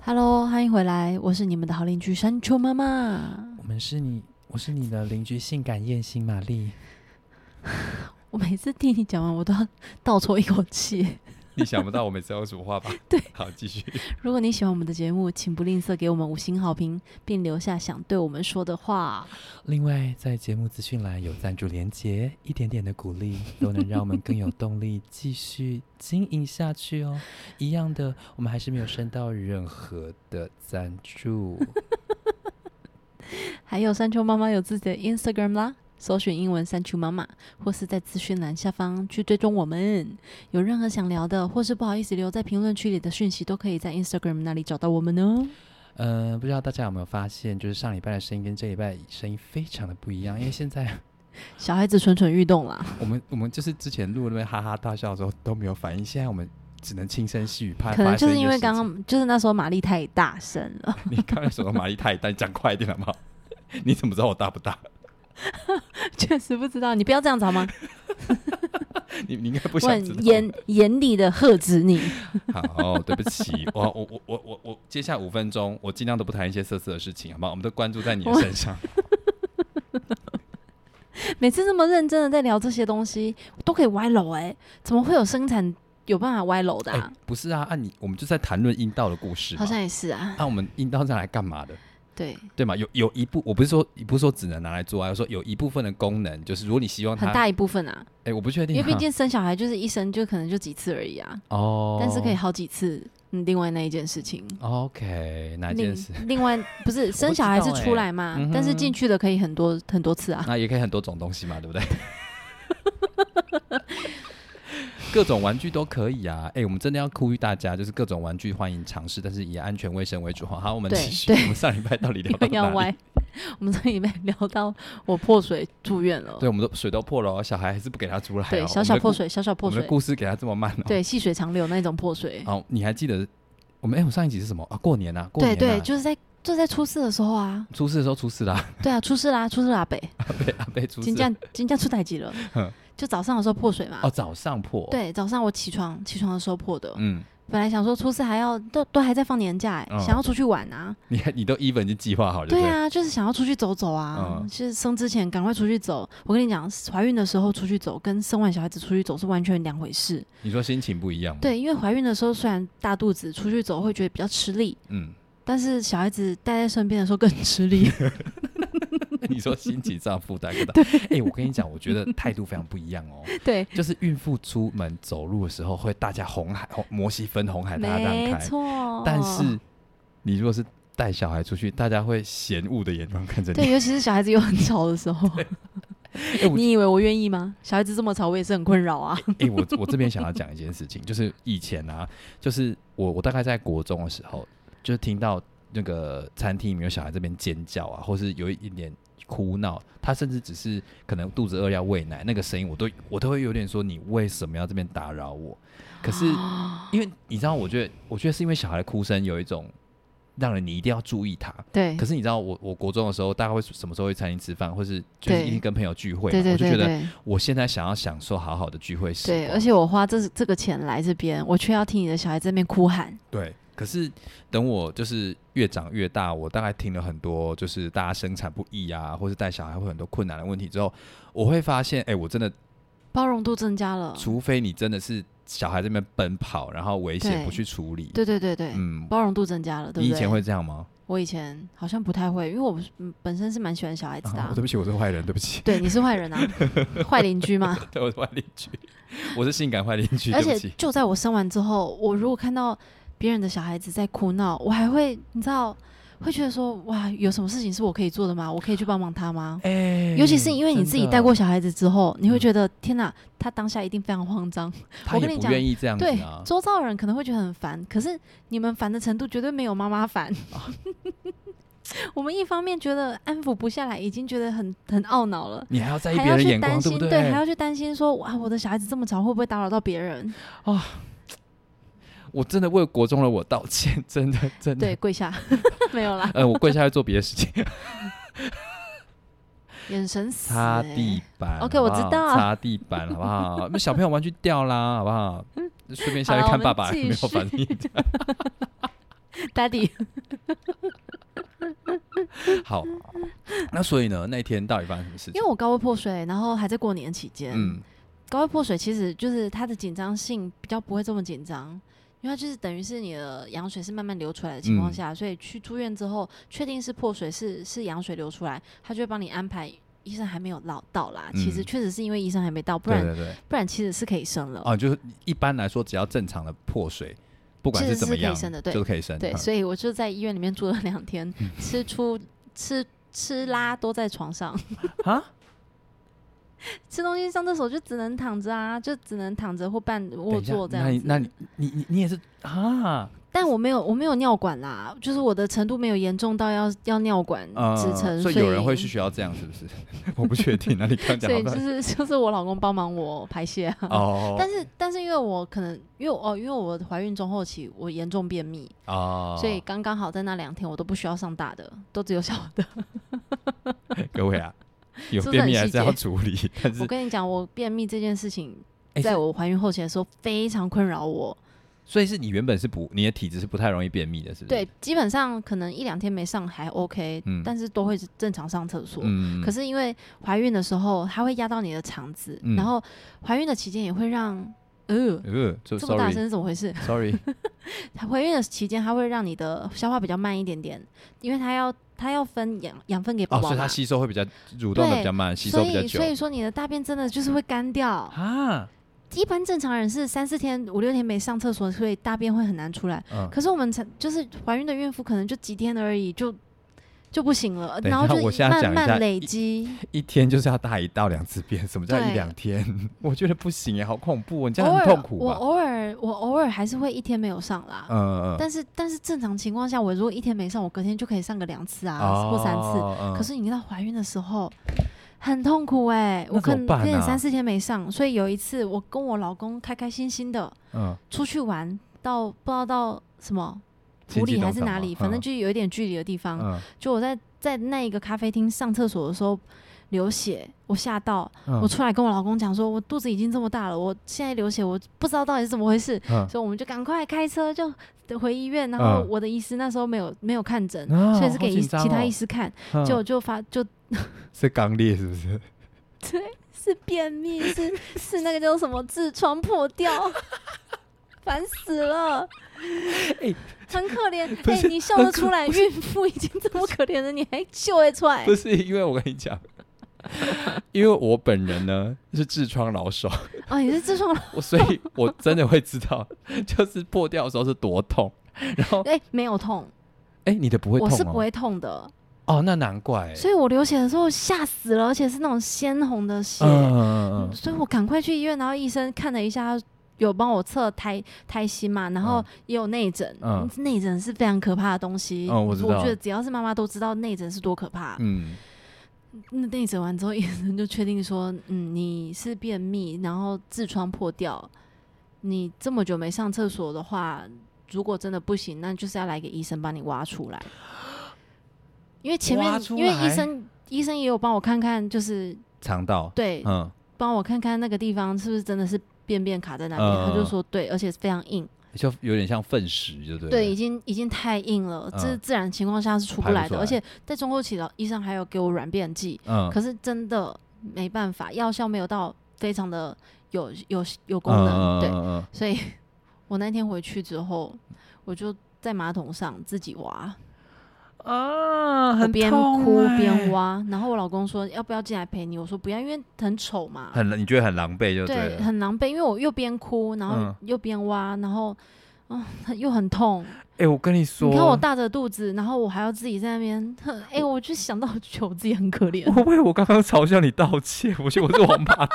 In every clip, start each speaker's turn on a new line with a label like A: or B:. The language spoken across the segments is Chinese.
A: Hello，欢迎回来，我是你们的好邻居山丘妈妈。
B: 我们是你，我是你的邻居，性感艳星玛丽。
A: 我每次听你讲完，我都要倒抽一口气。
C: 你想不到我每次要说 话吧？
A: 对，
C: 好，继续。
A: 如果你喜欢我们的节目，请不吝啬给我们五星好评，并留下想对我们说的话。
B: 另外，在节目资讯栏有赞助连结，一点点的鼓励都能让我们更有动力继续经营下去哦。 一样的，我们还是没有收到任何的赞 助。
A: 还有山丘妈妈有自己的 Instagram 啦，搜寻英文山丘妈妈，或是在资讯栏下方去追踪我们。有任何想聊的，或是不好意思留在评论区里的讯息，都可以在 Instagram 那里找到我们哦。
B: 嗯、不知道大家有没有发现，就是上礼拜的声音跟这礼拜声音非常的不一样，因为现在
A: 小孩子蠢蠢欲 动啦，
B: 我们我们就是之前录那边哈哈大笑的时候都没有反应，现在我们只能轻声细语，怕
A: 可能就是因为刚。
B: 怕发生一些事情
A: 刚就是那时候玛丽太大声了。
C: 你刚才说到玛丽太大，你讲快一点好不 好？你怎么知道我大 不大？
A: 确实不知道，你不要这样子好吗？
C: 你你应该 不
A: 我
C: 想知道
A: 很。严严厉的呵斥你。
C: 好，哦对不起，我我我我我我，接下来五分钟，我尽量都不谈一些色色的事情，好吗？我们都关注在你的
A: 我
C: 身 上。
A: 每次这么认真的在聊这些东西，都可以歪楼哎、怎么会有生产有办法歪楼的、
C: 哎、
A: 啊？
C: 不是啊，按、你我们就在谈论阴道的故事嘛
A: 好。像也是啊，
C: 那、我们阴道是拿来干嘛的？
A: 对，
C: 对吗？有有一部，我不是说不是说只能拿来做爱，我啊说有一部分的功能就是，如果你希望它，
A: 很
C: 哎、
A: 大一部分啊，
C: 我不确
A: 因
C: 定、
A: 为
C: 啊，
A: 毕竟生小孩就是一生就可能就几次而已啊，
B: 哦，
A: 但是可以好几次。嗯，另外那一件事情，
B: OK 哪
A: 另
B: 件事？
A: 另外不 是生小孩是出来嘛，
C: 欸嗯哼
A: 但是进去的可以很多很多次啊。
C: 那也可以很多种东西嘛，对不对？ 各种玩具都可以啊！哎、我们真的要呼吁大家，就是各种玩具欢迎尝试，但是以安全卫生为主哈。好，我们
A: 对
C: 继续。
A: 对
C: 我们上礼拜到 底聊
A: 因
C: 到
A: 为要
C: 哪里？
A: 歪，我们这里面聊到我破水住院了。
C: 对，我们都水都破了、哦，小孩还是不给他出来、哦。
A: 对，小
C: 我
A: 小
C: 们的
A: 破
C: 故，
A: 水，小小破
C: 我们
A: 水
C: 的，故事给他这么慢哦。。
A: 对，细水长流那种破水。
C: 好，你还记得我们？哎、我上一集是什么啊？过年啊，过年、
A: 对
C: 啊。
A: 对，就是在就在出事的时候 啊，
C: 出事的时候出事啦、
A: 对啊，出事啦，出事啦，北
C: 被阿贝出事
A: 金。价金价出代级 了，就早上的时候破水嘛。
C: 嗯哦，早上破。。
A: 对，早上我起床起床的时候破的，
C: 嗯，
A: 本来想说出事还要都都还在放年假、欸，
C: 嗯
A: 想要出去玩啊，
C: 你还你都 even 已经计划好了，
A: 对
C: 不
A: 啊，就是想要出去走走啊，
C: 嗯
A: 就是生之前赶快出去走。我跟你讲，怀孕的时候出去走跟生完小孩子出去走是完全两回事。
C: 对？你说心情不一样吗？，
A: 对，因为怀孕的时候虽然大肚子出去走会觉得比较吃力，
C: 嗯，
A: 但是小孩子带在身边的时候更吃 力。
C: 你说心情上负担 更大。哎、我跟你讲，我觉得态度非常不一样哦。
A: 对，
C: 就是孕妇出门走路的时候，会大家红海、红摩西分红海，大家让
A: 没
C: 开。
A: 错。
C: 但是你如果是带小孩出去，大家会嫌恶的眼光看着你。
A: 对，尤其是小孩子又很吵的时 候，
C: 哎、我
A: 你以为我愿意吗？小孩子这么吵，我也是很困扰啊。
C: 哎、我我这边想要讲一件事情，就是以前啊，就是我我大概在国中的时候，就是听到那个餐厅里面有小孩这边尖叫啊，或是有一点点哭闹，他甚至只是可能肚子饿要喂奶，那个声音我都我都会有点说你为什么要这边打扰我？可是
A: 哦
C: 因为你知道，我觉得我觉得是因为小孩的哭声有一种让人你一定要注意他。
A: 对
C: 可，是你知道我，我国中的时候，大家会什么时候会餐厅吃饭，或是就是
A: 对
C: 一定跟朋友聚会嘛，
A: 对对
C: 我就
A: 对
C: 觉得
A: 对
C: 我现在想要享受好好的聚会时
A: 对，
C: 光
A: 而且我花这这个钱来这边，我却要听你的小孩在那边哭喊。
C: 对，可是等我就是越长越大，我大概听了很多就是大家生产不易啊，或是带小孩会很多困难的问题之后，我会发现，哎、我真的，
A: 嗯包容度增加了，
C: 除非你真的是小孩这边奔跑，然后危险
A: 对
C: 不去处理，
A: 对对对对，
C: 嗯，
A: 包容度增加了，对
C: 你
A: 不对？
C: 以前会这样吗？
A: 我以前好像不太会，因为我不是嗯本身是蛮喜欢小孩子的啊、
C: 啊对不起，我是坏人，对不起，
A: 对，你是坏人啊，坏邻居嘛。
C: 对，我是坏邻 居，我是性感坏邻居，
A: 而
C: 对不
A: 且
C: 起，
A: 就在我生完之后，我如果看到别人的小孩子在哭闹，我还会你知道会觉得说哇，有什么事情是我可以做的吗？我可以去帮忙他吗？
C: 哎、
A: 尤其是因为你自己带过小孩子之后，你会
C: 嗯
A: 觉得天哪，他当下一定非常慌张。
C: 他
A: 我跟你
C: 也不
A: 讲
C: 愿意这样子
A: 对
C: 啊，，
A: 周遭的人可能会觉得很烦，可是你们烦的程度绝对没有妈妈烦。 我们一方面觉得安抚不下来，已经觉得很很懊恼了，
C: 你还要在意
A: 还
C: 别
A: 要
C: 人
A: 去
C: 眼
A: 担
C: 光，对
A: 心，
C: 不对？
A: 还要去担心说哇，我的小孩子这么吵，会不会打扰到别人？
C: 我真的为国中的我道歉， 真的， 真的，
A: 对，跪下，没有啦，
C: 呃，我跪下来做别的事情，
A: 眼神死、
C: 擦
A: 欸
C: 地板。
A: OK，
C: 好不
A: 我知
C: 好
A: 道啊
C: 擦地板好不好？那小朋友玩具掉啦，好不好？顺便下
A: 好
C: 来
A: 啦我
C: 看
A: 们
C: 爸爸有
A: 继
C: 没有
A: 续
C: 反应。
A: Daddy，
C: 好，那所以呢，那一天到底发生什么事情
A: 因为？我高位破水，然后还在过年期间，
C: 嗯，
A: 高位破水其实就是它的紧张性比较不会这么紧张，因为它就是等于是你的羊水是慢慢流出来的情
C: 嗯
A: 况下，所以去住院之后确定是破水是是羊水流出来，他就会帮你安排。医生还没有到到啦，其实
C: 嗯
A: 确实是因为医生还没到，不
C: 对
A: 然
C: 对对，
A: 不然其实是可以生了，
C: 哦，就是一般来说，只要正常的破水，不管
A: 其实
C: 怎么
A: 是可以
C: 样，
A: 生的对
C: 就可以生。
A: 对，
C: 嗯
A: 所以我就在医院里面住了两天， 吃出吃吃拉都在床上，
B: 啊，
A: 吃东西上厕所就只能躺着啊，就只能躺着或半卧
C: 等一下
A: 坐这
C: 那
A: 样
C: 你
A: 子。
C: 那你你你你也是啊？
A: 但我没有我没有尿管啦，就是我的程度没有严重到要要尿管
C: 呃
A: 嗯支撑，
C: 所以有人会去学校这样，是不是？ 我不确定啊，你刚
A: 所
C: 讲
A: 以
C: 到
A: 就
C: 哪里
A: 是 就是我老公帮忙我排泄啊。
C: 哦，
A: 但是但是因为我可能因为我哦因为我怀孕中后期我严重便秘，
C: 哦，
A: 所以刚刚好在那两天我都不需要上大的，都只有小的。
C: 各 位啊，有
A: 是不是
C: 便
A: 很
C: 秘还
A: 细
C: 是要
A: 节
C: 处理， 但
A: 我
C: 是
A: 跟你讲，我便秘这件事情
C: 哎，
A: 在
C: 是
A: 我怀孕后期的时候非常困扰我。
C: 所以是你原本是不你的体质是不太容易便秘的，是不是？
A: 对，，基本上可能一两天没上还 OK，、
C: 嗯
A: 但是都会正常上厕所。
C: 嗯
A: 可是因为怀孕的时候，它会压到你的肠子，
C: 嗯
A: 然后怀孕的期间也会让，呃，
C: 呃，就
A: 这么大
C: sorry
A: 声是怎么回事？
C: sorry，
A: 怀孕的期间它会让你的消化比较慢一点点，因为它要它要分养养分给宝
C: 哦，
A: 宝
C: 所以
A: 嘛，
C: 它吸收会比较蠕动的比较慢，吸收
A: 所
C: 比较
A: 以
C: 久
A: 所以说你的大便真的就是会干 掉。
C: 啊，
A: 一般正常人是三四天、五六天没上厕所，所以大便会很难出来。
C: 嗯。
A: 可是我们才就是怀孕的孕妇，可能就几天而已，就就不行了，
C: 等一
A: 然
C: 下
A: 后就
C: 我现在
A: 慢
C: 讲一下
A: 慢累积。
C: 一天就是要大一到两次便，什么叫
A: 对
C: 一两天？ 我觉得不行耶，好恐怖、 哦，你这
A: 偶
C: 样
A: 尔
C: 很痛苦
A: 我
C: 吧？
A: 偶尔我偶尔还是会一天没有上啦，
C: 嗯嗯，
A: 但是但是正常情况下，我如果一天没上，我隔天就可以上个两次啊、
C: 哦
A: 或三次。
C: 次
A: 可是你到怀孕的时候。很痛苦哎、
C: 那
A: 我可
C: 怎
A: 能
C: 么办啊
A: 可能三四天没上，所以有一次我跟我老公开开心心的
C: 嗯，
A: 出去玩，到不知道到什么
C: 亲
A: 湖
C: 戚
A: 里还
C: 农
A: 是
C: 场
A: 哪
C: 吗
A: 里，反正
C: 嗯
A: 就有一点距离的地方，
C: 嗯
A: 就我在在那一个咖啡厅上厕所的时候流血，我吓到，
C: 嗯
A: 我出来跟我老公讲说，我肚子已经这么大了，我现在流血，我不知道到底是怎么回事，
C: 嗯
A: 所以我们就赶快开车就回医院，然后
C: 嗯
A: 我的医师那时候没有没有看诊，
C: 啊
A: 所以是给
C: 好
A: 医
C: 紧张
A: 其他
C: 哦
A: 医师看，
C: 嗯
A: 结果就发就。
C: 是刚烈是不是？
A: 是便秘，是是那个叫什么痔疮破掉，烦死了。
C: 哎
A: 很可怜。
C: 不
A: 哎、
C: 是
A: 你笑
C: 很
A: 得
C: 可
A: 出来，孕妇已经这么可怜了，你还秀得出来
C: 不？是因为我跟你讲，因为我本人呢是痔疮老手，
A: 啊，你是痔疮了？
C: 我所以我真的会知道，就是破掉的时候是多痛。然后，
A: 哎、没有痛，
C: 哎、你的哦不会痛、
A: 我
C: 哦、
A: 是不会痛的，
C: 哦，那难怪。
A: 所以我流血的时候吓死了，而且是那种鲜红的血，
C: 嗯嗯嗯
A: 所以我赶快去医院，然后医生看了一下，有帮我测胎胎心嘛，然后
C: 嗯
A: 也有内诊
C: 嗯，
A: 内诊、是非常可怕的东西，
C: 嗯我知道
A: 觉得只要是妈妈都知道内诊是多可怕。
C: 嗯
A: 那内诊完之后，医 生就确定说，嗯，你是便秘，然后痔疮破掉，你这么久没上厕所的话，如果真的不行，那就是要来给医生帮你挖出来。因为前
C: 挖
A: 面，
C: 出
A: 因为医
C: 来
A: 生医生也有帮我看看，就是
C: 肠道，
A: 对，
C: 嗯，
A: 帮我看看那个地方是不是真的是便便卡在那边。他
C: 嗯嗯
A: 就
C: 嗯
A: 说对，而且非常硬，
C: 就有点像粪石，就对。
A: 对，已，经已经太硬了，这
C: 嗯
A: 是自然情况下是出不
C: 排不
A: 来
C: 出
A: 的。而
C: 来
A: 且在中后期了，医生还有给我软便剂，
C: 嗯，
A: 可是真的没办法，药效没有到非常的有有有功能，
C: 嗯嗯
A: 对，
C: 嗯嗯
A: 所以我那天回去之后，我就在马桶上自己挖，
B: 啊，
A: 我
B: 很
A: 边
B: 痛
A: 哭
C: 欸
B: 哎
A: 边挖，然后我老公说要不要进来陪你，我说不要，因为很丑 嘛，
C: 很你觉得很狼狈就
A: 对，
C: 了。
A: 很狼狈，因为我又边哭，然后
C: 嗯
A: 又边挖，然后。啊、又很痛。
C: 哎、我跟你说，
A: 你看我大着肚子，然后我还要自己在那边， 哼哎、我就想到，我觉得我自己很可怜。
C: 我为我刚刚嘲笑你道歉，我觉得我是王八蛋，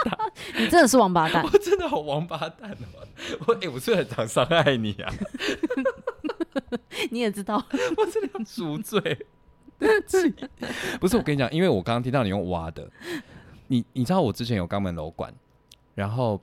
A: 你真的是王八蛋。
C: 我真的好王八蛋哦！我哎、我是不是很常伤害你啊，
A: 你也知道，
C: 我真的要赎罪，对不起。不是我跟你讲，因为我刚刚听到你用挖的，你你知道我之前有肛门瘘管，然后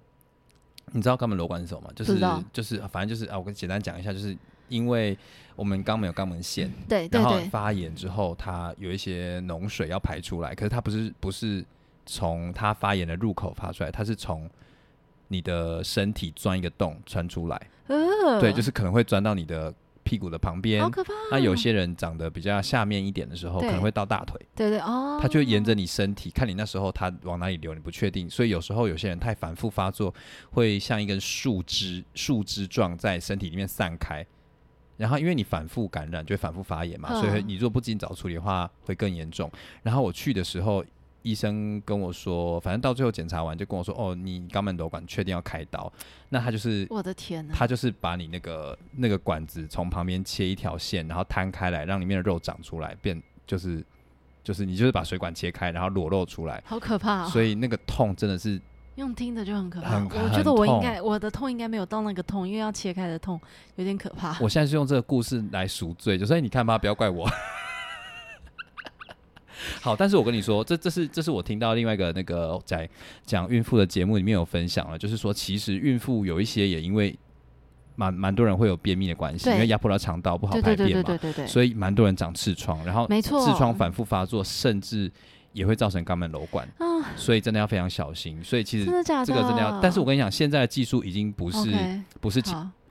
C: 你知道肛门瘘管是什么吗？就
A: 不
C: 是
A: 知道
C: 就是反正就是啊，我跟简单讲一下，就是因为我们肛门有肛门腺，
A: 对对
C: 然后
A: 对，
C: 发炎之后，它有一些脓水要排出来，可是它不是不是从它发炎的入口发出来，它是从你的身体钻一个洞穿出来，
A: 呃，
C: 对，就是可能会钻到你的屁股的旁边
A: 好。可怕。
C: 那有些人长得比较下面一点的时候，可
A: 对
C: 能会到大腿，
A: 对对哦，
C: 它就沿着你身体，看你那时候它往哪里流，你不确定。所以有时候有些人太反复发作，会像一根树枝树枝状在身体里面散开。然后因为你反复感染，就会反复发炎嘛，
A: 嗯
C: 所以你若不尽早处理的话，会更严重。然后我去的时候，医生跟我说，反正到最后检查完就跟我说，哦，你肛门瘘管确定要开刀，那他就是
A: 我的天呐，
C: 它就是把你那个那个管子从旁边切一条线，然后摊开来，让里面的肉长出来，变就是就是你就是把水管切开，然后裸露出来，
A: 好可怕、哦。
C: 所以那个痛真的是
A: 用听的就很可怕。
C: 很
A: 我觉
C: 很
A: 得我应
C: 痛
A: 该我的痛应该没有到那个痛，因为要切开的痛有点可怕。
C: 我现在是用这个故事来赎罪，就所以你看吧，不要怪我。 好，但是我跟你说，这这是这是我听到另外一个那个在讲孕妇的节目里面有分享了，就是说其实孕妇有一些也因为蛮蛮多人会有便秘的关系，
A: 对
C: 因为压迫到肠道不好
A: 对
C: 排
A: 对对
C: 便嘛，
A: 对对对对，
C: 所以蛮多人长痔疮，然后
A: 没错
C: 痔疮反复发作，甚至也会造成肛门瘘管，
A: 啊，
C: 所以真的要非常小心。所以其
A: 真
C: 实
A: 的假的？哦
C: 这个真的要，但是我跟你讲，现在的技术已经不
A: 不
C: 是不是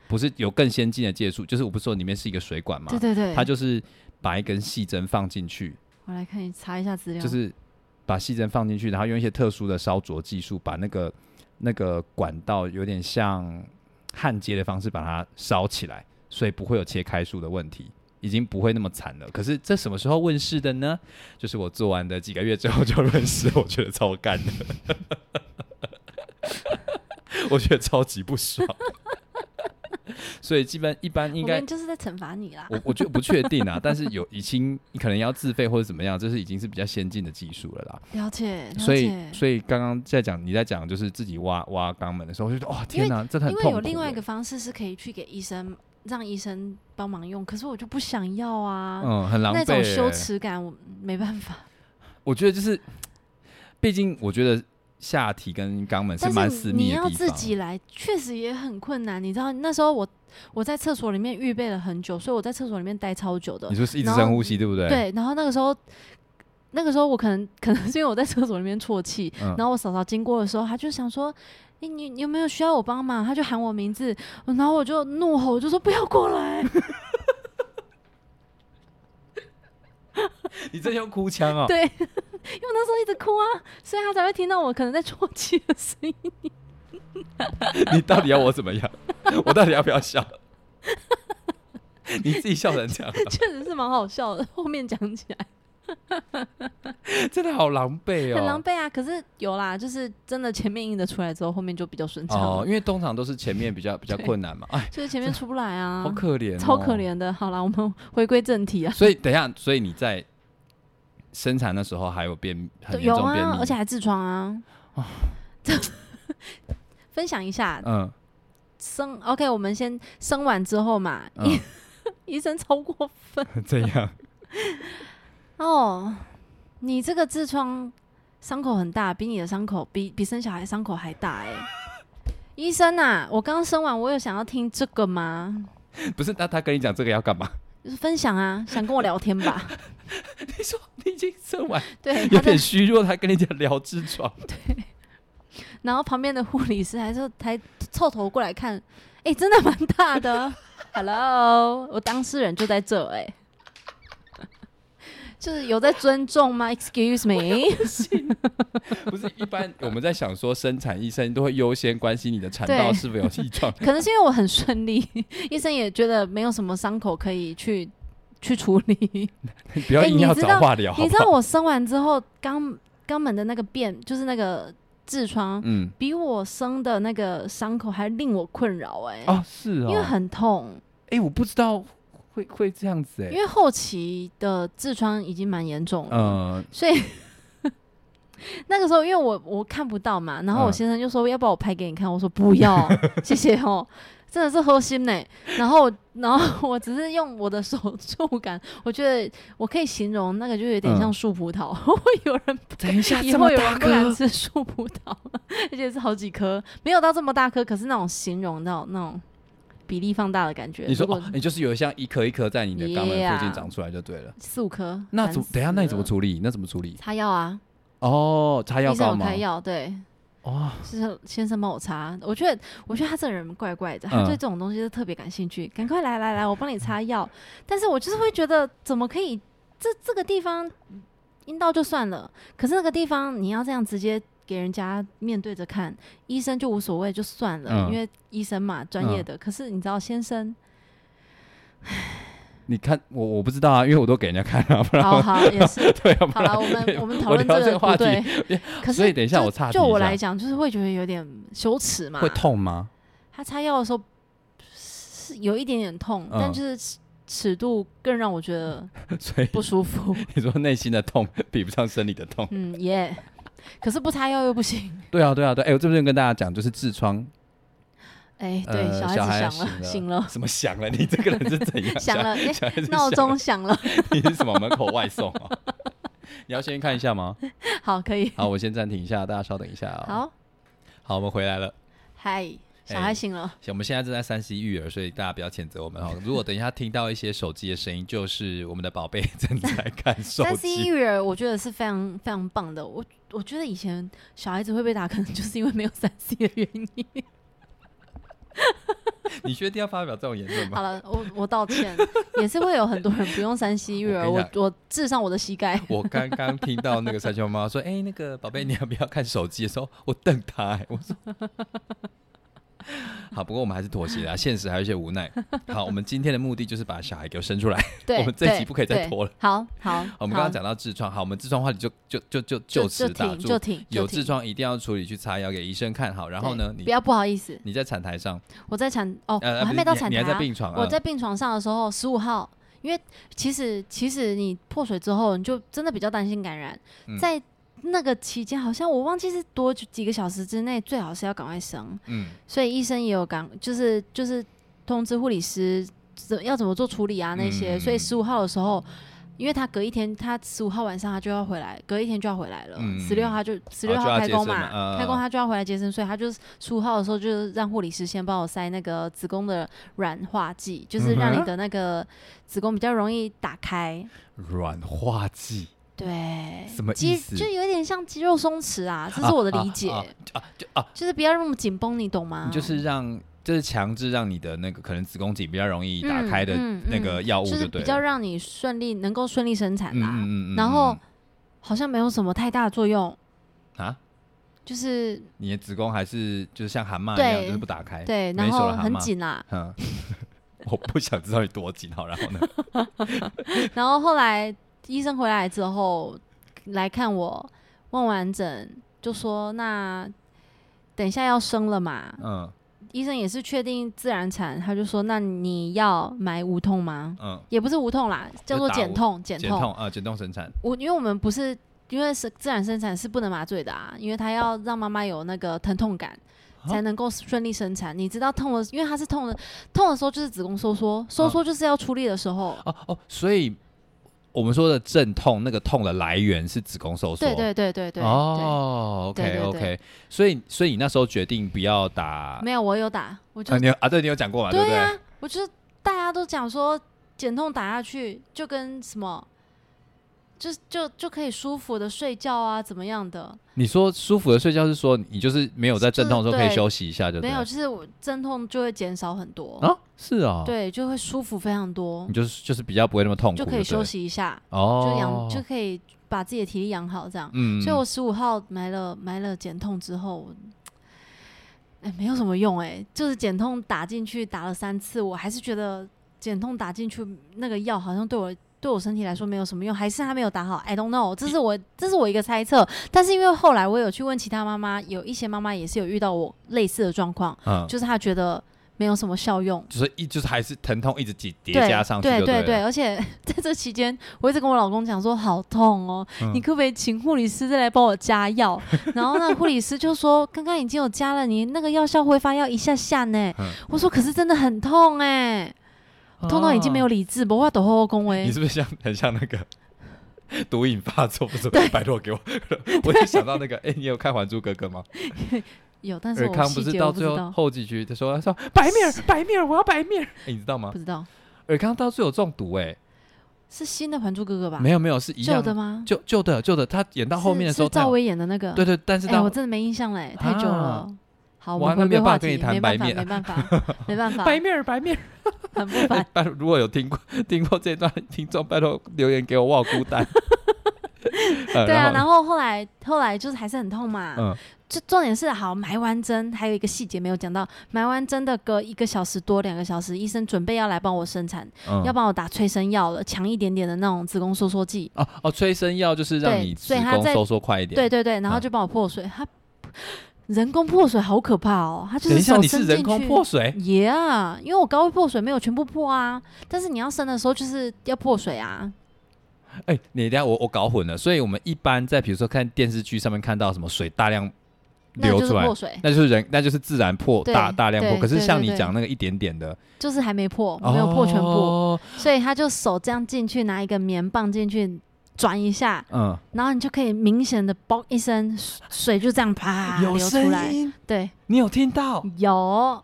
C: 不是有更先进的技术，就是我不是说里面是一个水管嘛
A: 对，对对，
C: 它就是把一根细针放进去，
A: 我来看查一下资料，
C: 就是把细针放进去，然后用一些特殊的烧灼技术，把那个那个管道有点像焊接的方式把它烧起来，所以不会有切开术的问题，已经不会那么惨了。可是这什么时候问世的呢？ 就是我做完的几个月之后就问世，我觉得超干的， 我觉得超级 不爽。所以基本一般应
A: 我
C: 该
A: 们就是在惩罚你啦。
C: 我我觉得不确定啊，但是有已经你可能要自费或者怎么样，这是已经是比较先进的技术了啦。
A: 了解，了
C: 所以
A: 解。
C: 所以刚刚在讲你在讲就是自己挖挖肛门的时候，我就觉得哇天哪，这很
A: 因
C: 痛
A: 为
C: 苦欸。
A: 有另外一个方式是可以去给医生，让医生帮忙用，可是我就不想要啊，
C: 嗯很狼狈、
A: 那种羞
C: 欸
A: 耻感我没办法。
C: 我觉得就是，毕竟我觉得下体跟肛门
A: 但
C: 蛮
A: 是
C: 私
A: 你
C: 密的地
A: 要
C: 方。
A: 自己来，确实也很困难。你知道那时候我我在厕所里面预备了很久，所以我在厕所里面待超久的
C: 你。说是一直
A: 然后
C: 深呼吸，对不对？，
A: 对，然后那个时候，那个时候我可能可能是因为我在厕所里面啜泣，
C: 嗯
A: 然后我嫂嫂经过的时候，她就想说：“你你你有没有需要我帮忙？”她就喊我名字，然后我就怒吼，我就说：“不要过 来
C: 你这用哭腔哦！”
A: 对，因 为我那时候一直哭啊，所以她才会听到我可能在啜泣的声 音。
C: 你到底要我怎么样？我到底要不要笑？ 你自己笑 成这样，
A: 确实是蛮好笑的，后面讲起来。
C: 真的好狼狈哦，
A: 很狼狈啊。可是有啦，就是真的前面硬的出来之后，后面就比较顺畅了。
C: 哦，因为通常都是前面比较比较
A: 对
C: 困难嘛，哎，
A: 就是前面出不来啊，
C: 好可怜、哦
A: 超可。怜的。好啦，我们回归正题啊。
C: 所以等一下，所以你在生产的时候还有便很严
A: 有
C: 重便秘
A: 啊，，而且还痔疮啊。 分享一下
C: 哦嗯，
A: 生，OK，我们先生完之后嘛，
C: 嗯
A: 医 医生超过分
C: 这样
A: 哦。你这个痔疮伤口很大，比你的伤口比比生小孩伤口还大哎、 医生啊，我刚生完，我有想要听这个吗？
C: 不是？那他跟你讲这个要干嘛？
A: 就是分享啊，想跟我聊天吧？
C: 你说你已经生完，
A: 对，
C: 有
A: 他在
C: 点，虚弱，他跟你讲聊 痔疮，
A: 然后旁边的护理师还是还凑头过来看，哎、真的蛮大 的。Hello，我当事人就在这、哎， 就是有在尊重吗？Excuse me，
C: 不是一般我们在想说生产医生都会优先关心你的产道
A: 对，
C: 是否有异状
A: 可能是因为我很顺利， 医生也觉得没有什么伤口可以去去处理。
C: 不要
A: 哎
C: 硬
A: 你
C: 要
A: 知
C: 找
A: 道
C: 话聊，好
A: 你
C: 不
A: 知道
C: 好？
A: 我生完之后，肛肛门的那个便，就是那个痔疮，
C: 嗯，
A: 比我生的那个伤口还令我困扰、哎、
C: 哦，是哦，
A: 因为很痛。
C: 哎，我不知道会会这样子
A: 因
C: 哎，
A: 为后期的痔疮已经蛮严重了，
C: 嗯，
A: 所以那个时候因为我我看不到嘛，然后我
C: 嗯
A: 先生就说、要不要我拍给你看，我说不要，谢谢哦， 真的是齁心呢。然后我然后
C: 嗯
A: 我只是用我的手触感，我觉得我可以形容那个就有点像
C: 嗯
A: 树葡萄， 会有人
C: 等一下
A: 以
C: 这
A: 后
C: 么
A: 有
C: 大
A: 人不敢
C: 颗，
A: 吃树葡萄，而且是好几颗，没有到这么大颗，可是那种形容到那种比例放大的感觉，
C: 你说
A: 如果
C: 哦，你就是有像一颗一颗在你的肛门附近
A: Yeah
C: 长出来就对了。
A: 四五颗，
C: 那
A: 烦
C: 怎
A: 死
C: 等一下那你怎么
A: 了
C: 处理？那怎么处理？
A: 擦药啊，
C: 哦，擦
A: 医
C: 药
A: 生
C: 膏
A: 有
C: 吗哦
A: 开？药，对，
C: 哇，
A: 是先生帮我擦，我觉得我觉得他这个人怪怪的，
C: 嗯
A: 他对这种东西就特别感兴趣。赶快来来来，我帮你擦药。但是我就是会觉得，怎么可以这这个地方阴道就算了，可是那个地方你要这样直接给人家面对着看，医生就无所谓就算了，
C: 嗯
A: 因为医生嘛专业的。可是你知道先 生，
C: 你看我我不知道啊，因为我都给人家看啊，不然
A: 好好也是
C: 对啊， 不
A: 好
C: 然
A: 了，我们我们讨
C: 我
A: 论
C: 聊
A: 这
C: 这
A: 个
C: 个
A: 不
C: 话题
A: 对。可是
C: 所以等一下
A: 就
C: 我岔题
A: 就
C: 一
A: 我
C: 下
A: 来讲，就是会觉得有点羞耻嘛，
B: 会痛吗？
A: 他擦药的时候是有一点点痛，
C: 嗯
A: 但就是尺尺度更让我觉 得
C: 所以
A: 不舒 服。
C: 你说内心的痛 比不上生理的痛。
A: 嗯，耶、可是不擦药又不行。
C: 对啊，对啊，对，哎、我这边跟大家讲，就是痔疮，
A: 哎、对，
C: 呃
A: 小
C: 小孩
A: 孩子想
C: 醒 了
A: 醒了，
C: 什么想了？你这个人是怎 样？
A: 想了，哎、
C: 小孩子想
A: 闹
C: 了
A: 钟响了。
C: 你是什么门口外送啊？ 你要先看一下吗？
A: 好，可以。
C: 好，我先暂停一下，大家稍等一下啊、
A: 好，
C: 好，哎我们回来了。
A: 嗨，小孩醒了。
C: 我们现在正在山西育儿，所以大家不要谴责我 们哈。如果等一下听到一些手机的声音，就是我们的宝贝 正 在看手
A: 三 C
C: 机。
A: 育儿，我觉得是非常非常棒的。我我觉得以前小孩子会被打，可能 就是因为没有三 C 的原 因。
C: 你确定要发表这种言论吗
A: 好？了，我我道歉，也是会有很多人不用三 C 育儿。
C: 我跟
A: 我
C: 你
A: 我致上我的膝盖。
C: 我刚刚听到那个三舅妈说：“哎、那个宝贝，你要不要看手机？”的时候，我瞪她、哎 我说：“好，不过我们还是妥协啦，现实还有一些无奈。好，我们今天的目的就是把小孩给我生出来。
A: 对，
C: 我们这一集
A: 对
C: 不可以再
A: 对
C: 拖了
A: 好好，
C: 我们
A: 好
C: 刚刚讲到痔疮，好，我们痔疮话题就就就 就
A: 就
C: 此打
A: 停
C: 住
A: 就。停，就
C: 有
A: 停
C: 痔，疮一定要处理，去擦药给医生看好。然后呢，
A: 对
C: 你
A: 不要不好意思，
C: 你在产台上，
A: 我在产哦，
C: 呃，
A: 我
C: 不
A: 还
C: 是
A: 没到
C: 你
A: 产
C: 你
A: 台
C: 还在
A: 啊，
C: 病床啊，
A: 我在病床上的时候，十五号。因为其实其实你破水之后，你就真的比较担心感染，
C: 嗯
A: 在那个期间，好像我忘记是多久几个小时之内，最好是要赶快生。
C: 嗯，
A: 所以医生也有赶，就是就是通知护理师怎要怎么做处理啊那些。
C: 嗯
A: 所以十五号的时候，因为他隔一天，他十五号晚上他就要回来，隔一天就要回来了。
C: 嗯
A: 十六、号他就十
C: 就
A: 六
C: 要
A: 号开
C: 接
A: 工
C: 生
A: 嘛，
C: 了嗯嗯嗯
A: 开工他就要回来接生，所以他就是十五号的时候就是让护理师先帮我塞那个子宫的软化剂，就是让
C: 嗯
A: 你
C: 哼
A: 的那个子宫比较容易打开。
C: 软化剂
A: 对，
C: 什么意
A: 肌
C: 思
A: 就有点像肌肉松弛啊，这是我的理解，
C: 啊啊就啊，
A: 就是不要那么紧绷，你懂吗？
C: 你就是让就是强制让你的那个可能子宫颈比较容易打开的
A: 嗯嗯
C: 那个药物，
A: 就是比
C: 对
A: 较
C: 了，
A: 让你顺利能够顺利生产
C: 嗯
A: 啦、
C: 嗯嗯嗯，
A: 然后
C: 嗯
A: 好像没有什么太大的作用，
C: 嗯啊，
A: 就是
C: 你的子宫还是就是像蛤蟆一样，
A: 对
C: 就是不打开，
A: 对，
C: 哎没
A: 然
C: 手
A: 后
C: 了蛤
A: 很
C: 蟆。
A: 紧啦
C: 嗯， 我不想知道你多紧好，然后 呢，
A: 然后后来医生回来之后来看我，问完整就说那等一下要生了嘛，
C: 嗯
A: 医生也是确定自然产，他就说那你要买无痛吗？
C: 嗯，
A: 也不是无痛啦，叫
C: 就
A: 做
C: 打
A: 减
C: 无
A: 痛，减
C: 减
A: 痛。
C: 痛啊，减痛生产，
A: 我因为我们不是因为是自然生产是不能麻醉的啊，因为它要让妈妈有那个疼痛感。
C: 啊
A: 才能够顺利生产。你知道痛的，因为它是痛的，痛的时候就是子宫收缩，收缩就是要出力的时候。
C: 啊哦哦，所以我们说的阵痛，那个痛的来源是子宫收缩。
A: 对对对对对，
C: 哦
A: 对
C: ，OK
A: 对
C: OK，所以所以你那时候决定不要打
A: 对，没有我有打，我就、
C: 啊，你有啊，对你有讲过嘛，对不
A: 对
C: 对？
A: 啊，我就是大家都讲说减痛打下去就跟什么。就就就可以舒服的睡觉啊，怎么样的？
C: 你说舒服的睡觉是说你就是没有在阵痛的时候可以
A: 对
C: 休息一下，就对
A: 没有，
C: 了
A: 就是我阵痛就会减少很多，
C: 啊，是哦，，
A: 对，就会舒服非常多
C: 你，就是就是比较不会那么痛苦，
A: 就可以
C: 对
A: 休
C: 了
A: 息一下。就
C: 哦
A: 养，就可以把自己的体力养好这样。
C: 嗯
A: 所以我十五号买了买了减痛之后，我哎、没有什么用哎、就是减痛打进去打了三次，我还是觉得减痛打进去那个药好像对我。对我身体来说没有什么用，还是他没有打好，I don't know，这是我这是我一个猜测。但是因为后来我有去问其他妈妈，有一些妈妈也是有遇到我类似的状况，
C: 嗯，
A: 就是她觉得没有什么效用，
C: 就是一就是还是疼痛一直叠叠
A: 对
C: 加上去
A: 对
C: 就对
A: 对
C: 了
A: 而且 在这期间，我一直跟我老公讲说好痛哦，
C: 嗯
A: 你可不可以请护理师再来帮我加药？ 然后那个护理师就说刚刚已经有加了，你那个药效挥发要一下下呢。
C: 嗯
A: 我说可是真的很痛哎、痛到已经没有
C: 哦
A: 理智，不话抖后恭维
C: 你。是不是像很像那个 毒瘾发作？不是，拜托给我， 我就想到 那个，哎、你有看《还珠格格》吗？
A: 有，但是
C: 尔
A: 我
C: 康不
A: 细
C: 是
A: 节
C: 到
A: 我不
C: 最
A: 知
C: 后
A: 道，
C: 后几局，他说他说白面儿，白面儿，我要白面儿、哎你知道吗
A: 不？知道。
C: 尔康到最后中毒、哎，
A: 是新的《还珠格格》吧？
C: 没有没有，是一
A: 旧
C: 样
A: 的，吗？
C: 旧旧的旧的，他演到后面的时
A: 是
C: 候
A: 是
C: 才有，
A: 赵薇演的那个。
C: 对对，但是
A: 哎，
C: 到
A: 我真的没印象嘞，太久
C: 啊
A: 了。好，我
C: 哇
A: 们
C: 那
A: 回
C: 没有
A: 归话
C: 办法跟
A: 题，
C: 你谈
A: 没
C: 白
A: 办法，
C: 面
A: 没办 法，没办法，
B: 面儿白面儿，
A: 很不凡。
C: 拜托，如果有听过听过这段的听众，拜托留言给我，我好孤 单。呃
A: 对啊，
C: 然
A: 然后后来后来就是还是很痛嘛。
C: 嗯
A: 就重点是好埋完针，还有一个细节没有讲到，埋完针的隔一个小时多两个小时，医生准备要来帮我生产，
C: 嗯
A: 要帮我打催生药了，强一点点的那种子宫收缩剂。
C: 哦哦，催生药就是让
A: 对
C: 你子
A: 所以他
C: 宫
A: 在
C: 收缩快一点。
A: 对，对对，然后
C: 嗯
A: 就帮我破水，他人工破水好可怕哦，他就
C: 等
A: 是
C: 一下，
A: 手
C: 你是
A: 伸进
C: 人工破
A: 去。
C: 水，
A: Yeah，因为我高位破水没有全部破啊，但是你要生的时候就是要破水啊。
C: 哎、你等一下我我搞混了。所以我们一般在比如说看电视剧上面看到什么水大量
A: 那
C: 流
A: 就是
C: 出来
A: 破，水，
C: 那就是人，那就是自然破
A: 对
C: 大大量破。
A: 对
C: 可是
A: 对
C: 像
A: 对
C: 你
A: 对
C: 讲那个一点点的，
A: 就是还没破，没有破全部，
C: 哦
A: 所以他就手这样进去，拿一个棉棒进去转一下，
C: 嗯，
A: 然后你就可以明显的嘣一声，水水就这样啪
C: 有
A: 啊流出
C: 声
A: 来。
C: 音，
A: 对，
C: 你有听到？
A: 有，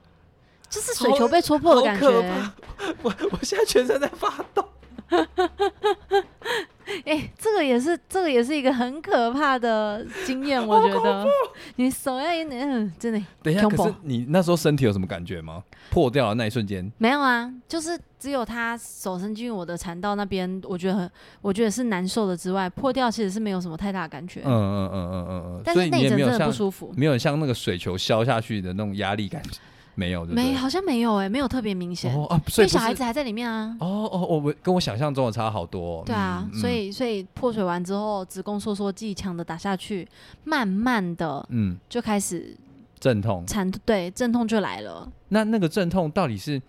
A: 就是水
C: 好
A: 球被戳破的
C: 好
A: 感
C: 可
A: 觉。
C: 怕 我我现在全身在发抖。
A: 哎、这个也是，这个也是一个很可怕的经验，我觉得。你手要一点，嗯，真的
C: 等一下，可
A: Combo
C: 是你那时候身体有什么感觉吗？破掉的那一瞬间，
A: 没有啊，就是只有他手伸进我的肠道那边，我觉得很，我觉得是难受的之外，破掉其实是没有什么太大的感觉，
C: 嗯嗯嗯嗯嗯嗯，
A: 但
C: 所
A: 是
C: 以
A: 那
C: 你
A: 一
C: 也
A: 阵
C: 没
A: 真的
C: 有
A: 不
C: 像
A: 舒服。
C: 没有像那个水球消下去的那种压力感，没有，对不对
A: 没，好像没有哎、没有特别明显，
C: 哦啊，所
A: 因为
C: 以不是
A: 小孩子还在里面啊。
C: 哦哦，我我跟我想象中的差好多哦。
A: 对啊
C: 嗯，
A: 所以所以破水完之后，子宫收缩剂强的打下去，慢慢的
C: 嗯嗯
A: 就开始
C: 阵痛，
A: 产对阵痛就来了。
C: 嗯那那个阵痛到底是，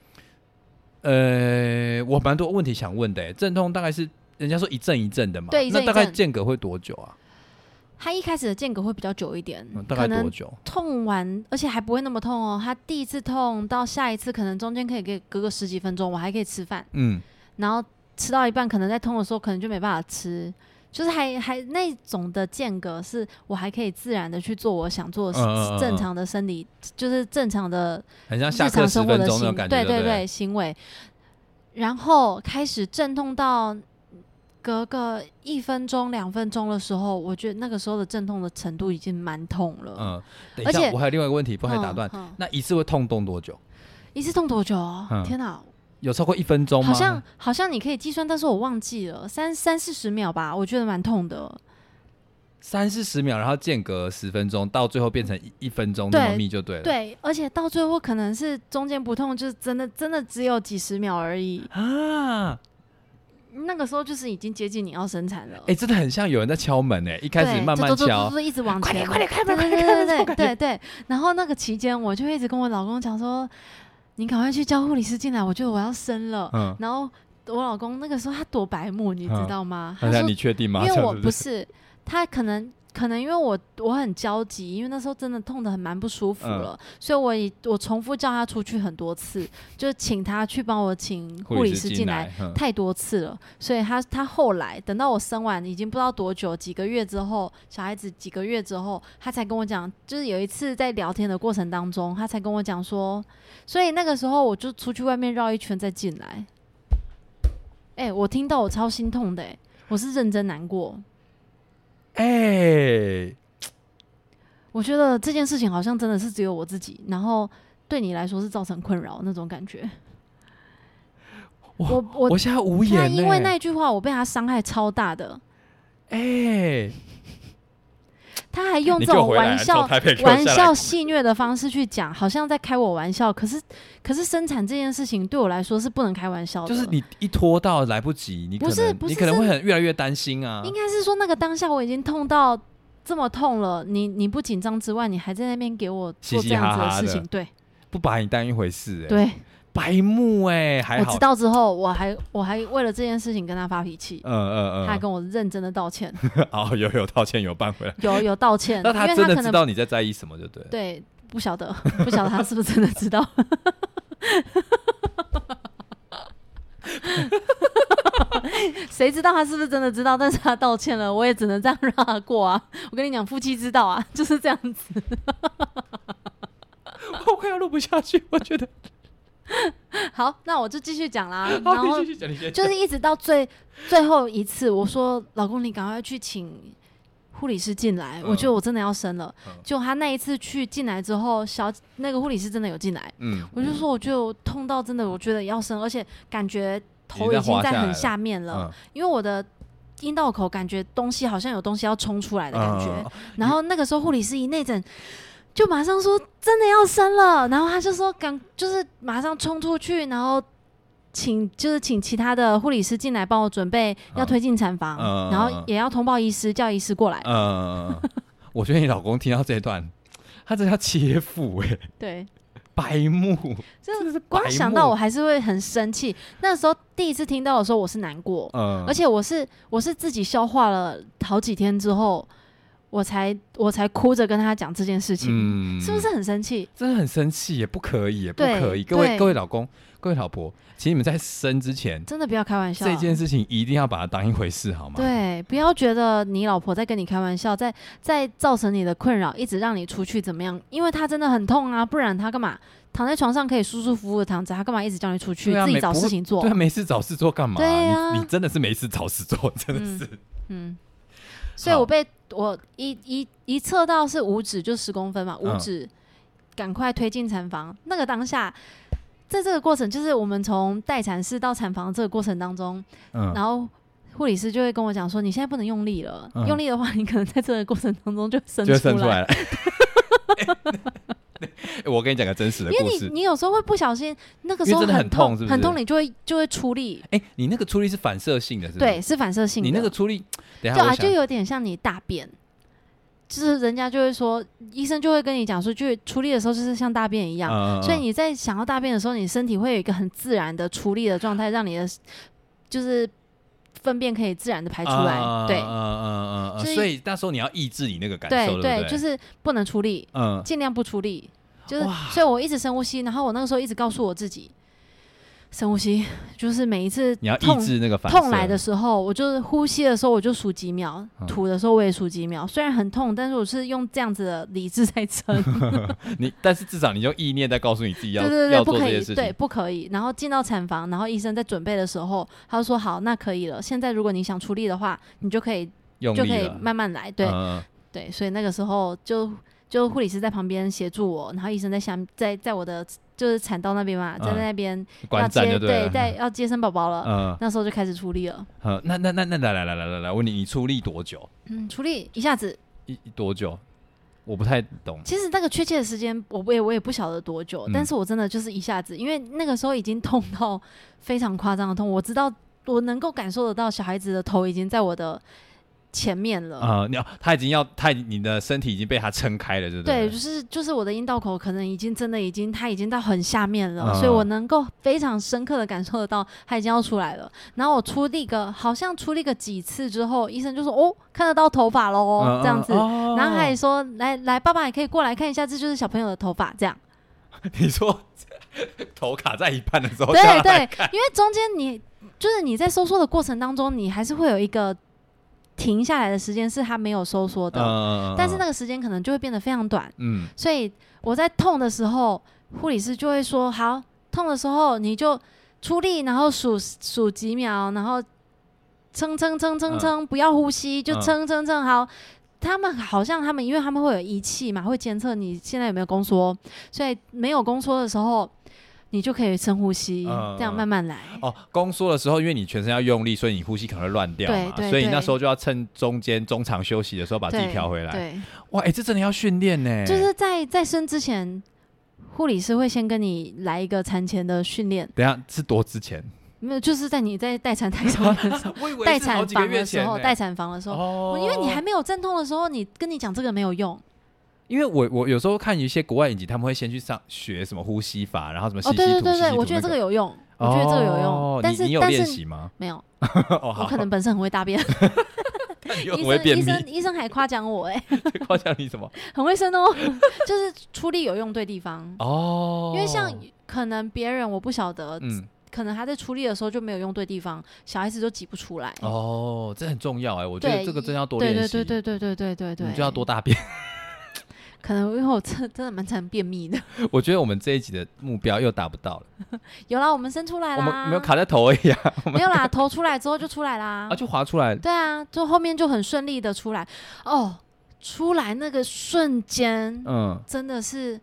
C: 呃，我蛮多问题想问的耶，欸阵痛大概是人家说一阵一阵的嘛，
A: 对一阵
C: 那大概
A: 一阵
C: 间隔会多久啊？
A: 它一开始的间隔会比较久一点，
C: 嗯，大
A: 可
C: 概多
A: 能
C: 久？
A: 痛完，而且还不会那么痛哦。它第一次痛到下一次，可能中间可以给隔个十几分钟，我还可以吃饭，
C: 嗯，
A: 然后吃到一半，可能在痛的时候，可能就没办法吃。就是还还那种的间隔，是我还可以自然的去做我想做的事
C: 嗯嗯嗯嗯
A: 正常的生理，就是正常的
C: 很像下
A: 日
C: 课
A: 常
C: 十
A: 生活
C: 分
A: 的
C: 钟那
A: 行
C: 种，感觉，
A: 对
C: 对不对
A: 对，行为，然后开始阵痛到隔个一分钟、两分钟的时候，我觉得那个时候的阵痛的程度已经蛮痛了。
C: 嗯，等一
A: 而
C: 下，
A: 且
C: 我还有另外一个问题，不
A: 不
C: 好意思打断。
A: 嗯
C: 那一次会痛动多久？
A: 一次痛多久啊？
C: 嗯
A: 天哪！
C: 有超过一分钟吗？
A: 好像好像你可以计算，但是我忘记了，三三四十秒吧，我觉得蛮痛的。
C: 三四十秒，然后间隔十分钟，到最后变成一一分钟那么
A: 对
C: 密就对了。
A: 对，而且到最后可能是中间不痛，就是真的真的只有几十秒而已。
C: 啊，
A: 那个时候就是已经接近你要生产了。
C: 哎、真的很像有人在敲门哎、一开
A: 对
C: 始慢慢
A: 就都
C: 敲
A: 都，都一直往
B: 快
A: 前
B: 点，快点开门，
A: 对
B: 快
A: 对
B: 点开门，
A: 对
B: 这种
A: 对对
B: 感觉
A: 对对。然后那个期间，我就一直跟我老公讲说：“你赶快去叫护理师进来，我觉得我要生了。
C: 嗯，
A: 然后我老公那个时候他多白目，你知
C: 嗯
A: 道吗？
C: 那
A: 他说
C: 你确定吗？
A: 因
C: 这
A: 为
C: 样
A: 我
C: 子
A: 不是他，可能可能因为我我很焦急，因为那时候真的痛得很蛮不舒服
C: 嗯
A: 了，所以我也我重复叫他出去很多次，就请他去帮我请护
C: 护
A: 理师
C: 师
A: 进来
C: 来，。嗯
A: 太多次了，所以他他后来等到我生完已经不知道多久，几个月之后，小孩子几个月之后，他才跟我讲，就是有一次在聊天的过程当中，他才跟我讲说，所以那个时候我就出去外面绕一圈再进来。哎、我听到我超心痛的、哎，我是认真难过。
C: 哎、
A: 我觉得这件事情好像真的是只有我自己，然后对你来说是造成困扰那种感觉。
C: 哇
A: 我我
C: 我现欸在无
A: 他
C: 言呢、
A: 因为那句话，我被他伤害超大的。
C: 哎、
A: 他还用
C: 你
A: 这
C: 给我
A: 种
C: 回来
A: 玩笑
C: 从台北给 我
A: 玩
C: 下来
A: 笑戏谑的方式去讲，好像在开我玩笑。可是，可是生产这件事情对我来说是不能开玩笑的。
C: 就是你一拖到来不及，你可
A: 不
C: 能
A: 是不
C: 你
A: 是
C: 可能
A: 真
C: 会很越来越担心啊。
A: 应该是说那个当下我已经痛到这么痛了，你你不紧张之外，你还在那边给我
C: 嘻
A: 做
C: 嘻
A: 这样子
C: 哈哈
A: 事
C: 的
A: 情，对
C: 不把你当一回事、哎，
A: 对。
C: 白目哎、还
A: 我
C: 好
A: 知，道之后，我还我还为了这件事情跟他发脾气，
C: 嗯嗯
A: 他还
C: 嗯，
A: 跟我认真的道歉，
C: 哦，有有道歉，有办回来。
A: 有有道歉，
C: 那
A: 因为
C: 他真的
A: 可
C: 知
A: 能
C: 道你在在意什么，就对 了。
A: 嗯对，不晓得， 不晓得他是不是真的知道。 谁知道他是不是真的知道？但是他道歉了，我也只能这样 让他过啊。我跟你讲，夫妻之道啊， 就是这样子。
C: 我快要录不下去，我觉得
A: 好，那我就继续讲啦。然
C: 好，你
A: 后
C: 继续讲，你 先
A: 就是一直到最最后一次，我说老公，你赶快去请护理师进来，我
C: 嗯
A: 觉得我真的要生了。
C: 嗯
A: 就他那一次去进来之后，小那个护理师真的有进来，
C: 嗯，
A: 我就说我觉得我痛到真的，我觉得要生，而且感觉头
C: 已
A: 已
C: 经在滑
A: 经在
C: 下来了
A: 很下面了，
C: 嗯
A: 因为我的。阴道口感觉东西好像有东西要冲出来的感觉，
C: 嗯
A: 然后那个时候护理师一内诊，就马上说真的要生了，然后他就说赶就是马上冲出去，然后请就是请其他的护理师进来帮我准备要
C: 嗯
A: 推进产房，
C: 嗯嗯
A: 然
C: 嗯嗯
A: 后也要通报医师叫医师过来，
C: 呃， 我觉得你老公听到这一段，他这叫切腹哎、
A: 对，
C: 白目，
A: 真
C: 真的
A: 的
C: 是白
A: 光想到
C: 目
A: 我还是会很生气。那时候第一次听到的时候，我是难过，
C: 嗯，
A: 而且我是我是自己消化了好几天之后，我才我才哭着跟他讲这件事情，
C: 嗯
A: 是不是很生气？
C: 真的很生气？欸也不可以，也不
A: 对
C: 可以，各位
A: 对
C: 各位老公，各位老婆，请你们在生之前，
A: 真的不要开玩笑，
C: 这件事情一定要把它当一回事，好吗？，
A: 对，不要觉得你老婆在跟你开玩笑，在在造成你的困扰，一直让你出去怎么样？因为她真的很痛啊，不然她干嘛躺在床上可以舒舒服服的躺着，她干嘛一直叫你出去、
C: 对啊
A: 自己
C: 没
A: 找
C: 不
A: 事情做
C: 对？啊，没事找事做干嘛？
A: 对啊
C: 你你真的是没事找事做，真的是。
A: 嗯，所以我
C: 好
A: 被我一一一测到是五指就十公分嘛，五
C: 嗯
A: 指赶快推进产房，那个当下。在这个过程，就是我们从待产室到产房这个过程当中，
C: 嗯，
A: 然后护理师就会跟我讲说：“你现在不能用力了，
C: 嗯
A: 用力的话，你可能在这个过程当中就生
C: 就会生
A: 出
C: 出
A: 来
C: 来了。 我跟你讲个真实的
A: 因
C: 故
A: 为你
C: 事。
A: 你有时候会不小心，那个
C: 因为
A: 时候
C: 真的很
A: 很
C: 痛是不是
A: 很痛，你就会就会出力，
C: 哎，你那个出力是反射性的，是不是？
A: 对，，是反射性的。
C: 你那个出力，等
A: 对
C: 一下我
A: 啊，
C: 想
A: 就有点像你大便，就是人家就会说，医生就会跟你讲说，就出力的时候就是像大便一样，
C: 嗯嗯
A: 所以
C: 嗯
A: 你在想要大便的时候，你身体会有一个很自然的出力的状态，让你的就是粪便可以自然的排出来，
C: 啊
A: 对
C: 嗯嗯嗯嗯，
A: 所以
C: 所以那时候你要抑制你那个感受，
A: 对
C: 不
A: 就是是不能出力，
C: 嗯，
A: 尽量不出力，就是
C: 哇，
A: 所以我一直深呼吸，然后我那个时候一直告诉我自己，深呼吸，就是每一次
C: 你要抑
A: 痛
C: 制那个反射
A: 痛来的，时候，我就是呼吸的时候我就数几秒
C: 嗯，
A: 吐的时候我也数几秒，虽然很痛，但是我是用这样子的理智在撑，
C: 你但是至少你用意念在告诉你自己 要
A: 对对对，
C: 要
A: 不
C: 做这
A: 可
C: 件
A: 以
C: 事，情，
A: 对，不可以。然后进到产房，然后医生在准备的时候，他就说好，那可以了，现在如果你想出力的话，你就可以
C: 用
A: 就
C: 力
A: 可以
C: 了，
A: 慢慢来，对、
C: 嗯
A: 对，所以那个时候就就护理师在旁边协助我，然后医生在下在在我的就是产道那边嘛，在
C: 嗯
A: 那边。要
C: 观战
A: 接
C: 就了，
A: 在要接生宝宝了，
C: 嗯
A: 那时候就开始出力了。
C: 嗯，那那那那来来来来来来，我问你，你出力多久？
A: 嗯，出力一下子，
C: 一多久？我不太懂，
A: 其实那个确切的时间，我我也我也不晓得多久，
C: 嗯
A: 但是我真的就是一下子，因为那个时候已经痛到非常夸张的痛，我知道我能够感受得到小孩子的头已经在我的前面了，
C: 啊，你要他已经要他已经你的身体已经被他撑开了，对不
A: 对，就是就是我的阴道口可能已经真的已经它已经到很下面了，
C: 嗯
A: 所以我能够非常深刻的感受得到它已经要出来了。然后我出力个好像出力个几次之后，医生就说哦看得到头发喽、
C: 嗯
A: 这样子，
C: 嗯哦
A: 然后他也说来来爸爸也可以过来看一下，这就是小朋友的头发这样。
C: 你说头卡在一半的时候，
A: 对
C: 下来
A: 对，因为中间你就是你在收缩的过程当中，你还是会有一个停下来的时间是它没有收缩的，
C: 嗯
A: 但是那
C: 个
A: 个时间可能就会变得非常短。
C: 嗯
A: 所以我在痛的时候，护理师就会说：“好，痛的时候你就出力，然后数数几秒，然后撑撑撑撑撑，不要呼吸，就
C: 嗯
A: 撑撑撑。好，他们好像他们，因为他们会有仪器嘛，会监测你现在有没有宫缩，所以没有宫缩的时候，你就可以深呼吸，
C: 嗯
A: 这样
C: 嗯
A: 慢慢来。
C: 哦，宫缩的时候，因为你全身要用力，所以你呼吸可能会乱掉嘛，
A: 对对
C: 所以你那
A: 对
C: 时候就要趁中间中场休息的时候把自己
A: 对
C: 调回来。哎
A: 对，
C: 哇，哎、这真的要训练呢。
A: 就是在在生之前。”护理师会先跟你来一个产前的训练，
C: 等一下是多之前，
A: 没有，就是在你在待产台上面的时候，
C: 我以为
A: 待
C: 是好
A: 产
C: 几个
A: 房
C: 月
A: 的时
C: 前
A: 候，
C: 呢
A: 待产房的时候，
C: 哦
A: 我因为你还没有阵痛的时候，你跟你讲这个没有用。
C: 因为我我有时候看一些国外影集，他们会先去上学什么呼吸法，然后什么吸
A: 哦，
C: 吸吐、
A: 对对对
C: 吸吸
A: 对，
C: 吐
A: 我觉得这
C: 那
A: 个有用，我觉得这个有
C: 哦
A: 用，但
C: 你
A: 是
C: 你有
A: 但
C: 练
A: 是
C: 习吗？
A: 没有，
C: 哦，
A: 我
C: 好，
A: 可能本身很会大 便，
C: 因为
A: 医
C: 我会
A: 生
C: 便
A: 医
C: 秘，
A: 生医生还夸奖我，哎，
C: 夸奖你什么？
A: 很会生哦，就是出力有用对地方，
C: 哦，
A: 因为像可能别人我不晓得，
C: 嗯
A: 可能他在出力的时候就没有用对地方，小孩子就挤不出来。
C: 哦，这很重要哎、我觉得
A: 对，
C: 这个真要多
A: 对
C: 练习，
A: 对对对对对对对对，
C: 你就要多大便。
A: 可能因为我真的真的蛮常便秘的。
C: 我觉得我们这一集的目标又达不到了，
A: 有啦，我们生出来
C: 我
A: 啦，
C: 们没有卡在头而已啊，我们
A: 没有啦，头出来之后就出来啦。
C: 啊就滑出来，
A: 对啊，就后面就很顺利的出来哦，出来那个瞬间、
C: 嗯，
A: 真的是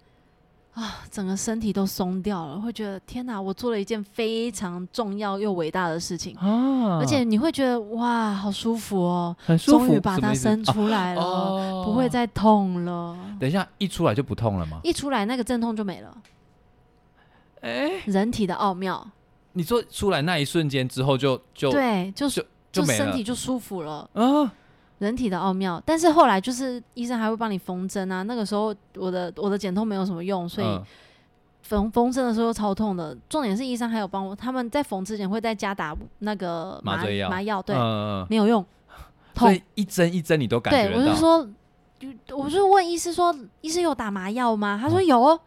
A: 啊，整个身体都松掉了，会觉得天哪，我做了一件非常重要又伟大的事情，
C: 啊，
A: 而且你会觉得哇，好舒服哦，
C: 很舒服，
A: 终于把
C: 什么
A: 它
C: 意思
A: 生出来了，
C: 哦，
A: 不会。再痛了。
C: 等一下，一出来就不痛了吗？
A: 一出来那个阵痛就没了，
C: 哎，
A: 人体的奥妙，
C: 你说出来那一瞬间之后就就
A: 对，就
C: 就
A: 就
C: 没
A: 身
C: 了
A: 体就舒服了。
C: 啊，
A: 人体的奥妙，但是后来就是医生还会帮你缝针啊。那个时候我的我的减痛没有什么用，所以
C: 嗯
A: 缝缝针的时候超痛的。重点是医生还有帮我，他们在缝之前会再加打那个
C: 麻醉药
A: 麻药，对，
C: 嗯嗯，嗯
A: 没有用，
C: 所
A: 痛
C: 以。一针一针你都感觉
A: 对，
C: 得
A: 我
C: 到。
A: 就说，就我就问医师说，医生有打麻药吗？他说
C: 嗯
A: 有哦，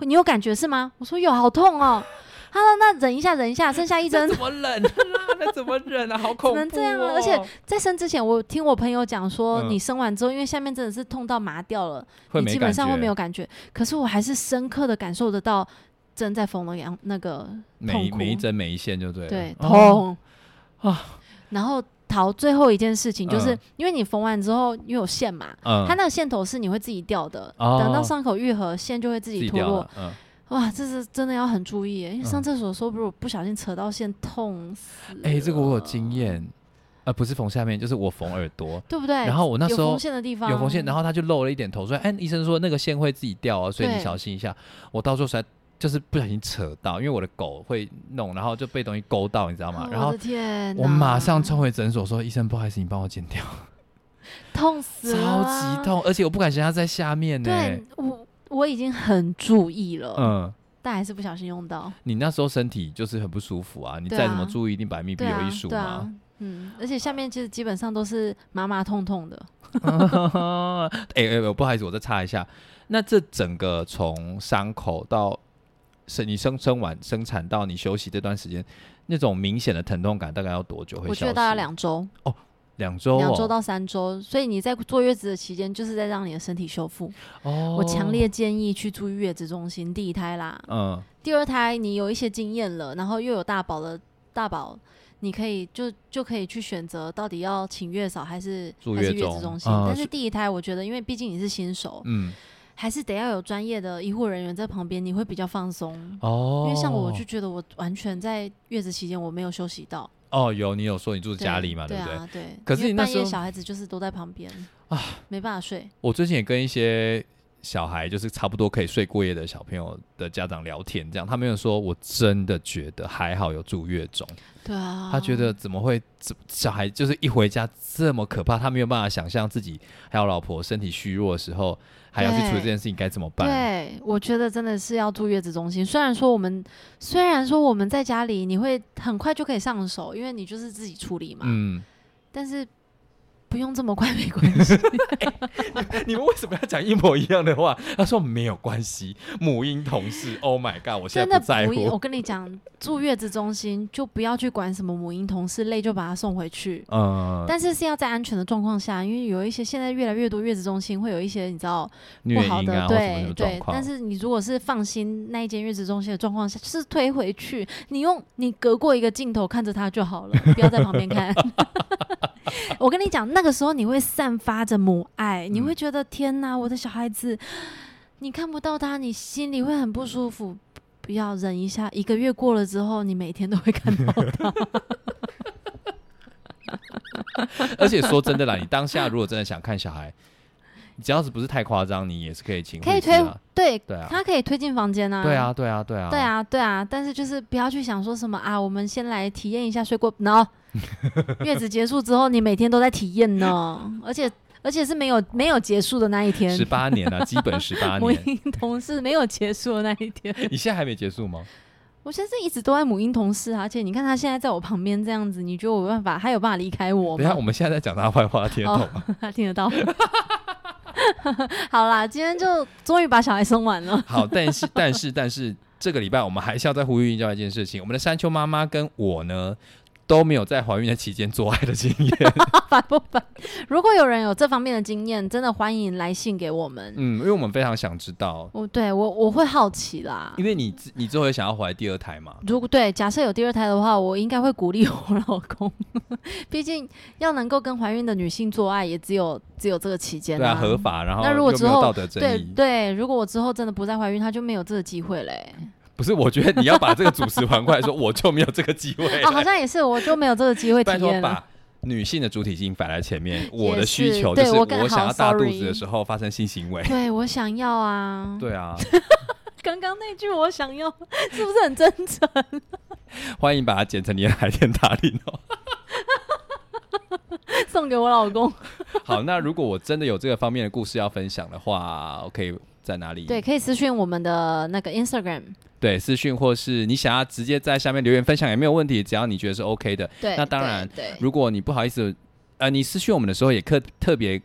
A: 你有感觉是吗？我说有，好痛哦。 他说那忍一下，忍一下，剩下一
B: 那
A: 针
B: 怎么忍啊？那怎么忍 啊？好恐怖、哦！
A: 能这样啊而且在生之前，我听我朋友讲说，
C: 嗯
A: 你生完之后，因为下面真的是痛到麻掉了，
C: 会
A: 你
C: 没
A: 基本
C: 感
A: 上
C: 觉
A: 会没有感觉。可是我还是深刻的感受得到针在缝的样那个
C: 每
A: 痛
C: 一
A: 苦
C: 每一针每一线就对了。
A: 对
C: 哦
A: 痛
C: 啊。
A: 然后逃最后一件事情就是
C: 嗯，
A: 因为你缝完之后，因为有线嘛，
C: 嗯，
A: 它那个线头是你会自己掉的，
C: 哦
A: 等到伤口愈合，线就会自
C: 自
A: 己
C: 己
A: 脱
C: 掉
A: 落
C: 了。。嗯，
A: 哇，这是真的要很注意耶，因为上
C: 嗯
A: 厕所的时候，如果不小心扯到线，痛死。
C: 哎，这个我有经，验，呃，不是缝下面，就是我缝耳朵。
A: 对不对？
C: 然后我那时
A: 哎有
C: 候
A: 缝线的地方，
C: 有缝线，然后他就露了一点头，说：“哎，医生说那个线会自己掉啊，所以你
A: 对
C: 小心一下。”我到时候实在就是不小心扯到，因为我的狗会弄，然后就被东西勾到，你知道吗
A: 哦？
C: 然
A: 我
C: 后
A: 的天哪，
C: 我马上冲回诊所说：“医生，不好意思，你帮我剪掉，
A: 痛死了
C: 超
A: 啊，
C: 级痛，而且我不敢想象它在下面呢。”
A: 对我我已经很注意了，
C: 嗯，
A: 但还是不小心用到。
C: 你那时候身体就是很不舒服啊，你
A: 对
C: 再怎么
A: 啊
C: 注意，一定百密必
A: 对
C: 有
A: 啊
C: 一，疏
A: 对
C: 嘛。
A: 啊，嗯，而且下面其实基本上都是麻麻痛痛的。啊
C: 哎哎、哎不好意思，我再插一下。那这整个从伤口到生你生生完生产到你休息这段时间，那种明显的疼痛感大概要多久会
A: 我
C: 消失？
A: 觉得大概两周，
C: 两周、哦，
A: 两周到三周，所以你在坐月子的期间，就是在让你的身体修复。
C: 哦，
A: 我强烈建议去住月子中心，第一胎啦，
C: 嗯
A: 第二胎你有一些经验了，然后又有大宝了，大宝。你可以就就可以去选择到底要请月嫂还是
C: 住
A: 还是
C: 月
A: 月
C: 中
A: 子中心，
C: 啊
A: 但是
C: 是
A: 第一胎我觉得，因为毕竟你是新手，
C: 嗯
A: 还是得要有专业的医护人员在旁边，你会比较放松。
C: 哦，
A: 因为像我，我就觉得我完全在月子期间我没有休息到，
C: 哦有你有说你住
A: 对
C: 家里嘛，
A: 对
C: 不对？
A: 啊，对。
C: 可是
A: 因为
C: 你那
A: 半夜
C: 时候
A: 小孩子就是都在旁边
C: 啊，
A: 没办法睡。
C: 我最近也跟一些小孩，就是差不多可以睡过夜的小朋友的家长聊天，这样他们有说，我真的觉得还好有住月中，
A: 对啊，
C: 他觉得怎么会怎小孩就是一回家这么可怕，他没有办法想象自己还有老婆身体虚弱的时候，还要去处理
A: 对
C: 这件事情该怎么办？
A: 对，我觉得真的是要住月子中心。虽然说我们虽然说我们在家里，你会很快就可以上手，因为你就是自己处理嘛。
C: 嗯，
A: 但是不用这么快没关系。
C: 你们为什么要讲一模一样的话？他说没有关系，母婴同事，Oh my god，我现
A: 真
C: 在
A: 的
C: 不在
A: 不用，我
C: 乎。
A: 跟你讲，住月子中心就不要去管什么母婴同事，累就把他送回去。
C: 嗯，
A: 但是是要在安全的状况下，因为有一些现在越来越多月子中心会有一些你知道
C: 虐
A: 不好
C: 婴
A: 的，
C: 啊，或什么什
A: 对
C: 么状
A: 对。
C: 况
A: 但，是你如果是放心那一间月子中心的状况下，就是推回去，你用你隔过一个镜头看着他就好了，不要在旁边看。 我跟你讲，那个时候你会散发着母爱，你
C: 嗯
A: 会觉得天哪，我的小孩子，你看不到他，你心里会很不舒服。不要忍一下，一个月过了之后，你每天都会看 到
C: 啊
A: 他。
C: 而且说真的啦，你当下如果真的想看小孩，你只要是不是太夸张，你也是可以请
A: 可以
C: 护士
A: 推
C: 啊，
A: 对，
C: 对啊，
A: 他可以推进房间啊。
C: 对啊，对啊，对啊，
A: 对，啊，对啊，但是就是不要去想说什么啊，我们先来体验一下睡过，然 后月子结束之后，你每天都在体验呢，而且而且是没有没有结束的那一天
C: 十，八年啊，基本十 八
A: 母
C: 年，
A: 婴同事没有结束的那一天，
C: 你现在还没结束吗？
A: 我现在一直都在母婴同事啊，而且你看他现在在我旁边这样子，你觉得我有办法，他有办法哦离开 我
C: 等一下，
A: 吗
C: 我？们现在在讲他坏话，听得懂吗？
A: 他听得到。好啦，今天就终于把小孩生完了。
C: 好，但是但是但是，这个礼拜我们还是要再呼吁一下一件事情，我们的山丘妈妈跟我呢。都没有在怀孕的期间做爱的经验。
A: 烦不烦？如果有人有这方面的经验，真的欢迎来信给我们。
C: 嗯，因为我们非常想知道，
A: 我对我我会好奇啦
C: 因。为你之你之后也想要怀第二胎嘛，
A: 如果对假设有第二胎的话，我应该会鼓励我老公， 毕竟要能够跟怀孕的女性做爱，也只有只有这个期间
C: 对啊，合法，然后
A: 那如果
C: 又
A: 之
C: 没有
A: 后
C: 道德争
A: 对
C: 议，
A: 对，如果我之后真的不再怀孕，他就没有这个机会嘞。
C: 不是？我觉得你要把这个主持还过来，说我就没有这个机会
A: 哦，好
C: 了，
A: 像也是，我就没有这个机会体
C: 拜托
A: 验了。
C: 把。女性的主体性摆在前面，我
A: 也
C: 的需
A: 是
C: 求就
A: 对
C: 是
A: 我跟
C: 我
A: 好
C: 想要大肚子
A: sorry
C: 的时候发生性 行为。
A: 对，我想要啊。
C: 对啊，
A: 刚刚那句我想要， 是不是很真诚？
C: 欢迎把它剪成你的海天大令哦。
A: 送给我老公。
C: 嗯好，那如果我真的有这个方面的故事要分享的话，OK，在哪里？
A: 对，可以私讯我们的那个 Instagram。
C: 对，私讯或是你想要直接在下面留言分享也没有问题，只要你觉得是 OK 的。
A: 对，
C: 那当然
A: 对，对
C: 如果你不好意思，呃，你私讯我们的时候也特特别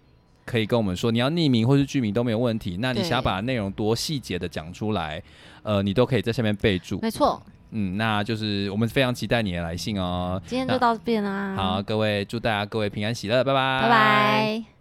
C: 可以跟我们说，你要匿名或是居名都没有问题。那你
A: 对
C: 想要把内容多细节的讲出来，呃，你都可以在下面备注。
A: 没错。
C: 嗯，那就是我们非常期待你的来信哦。
A: 今天就
C: 那
A: 到这边啦。
C: 好，，各位祝大家各位平安喜乐，拜拜，
A: 拜拜。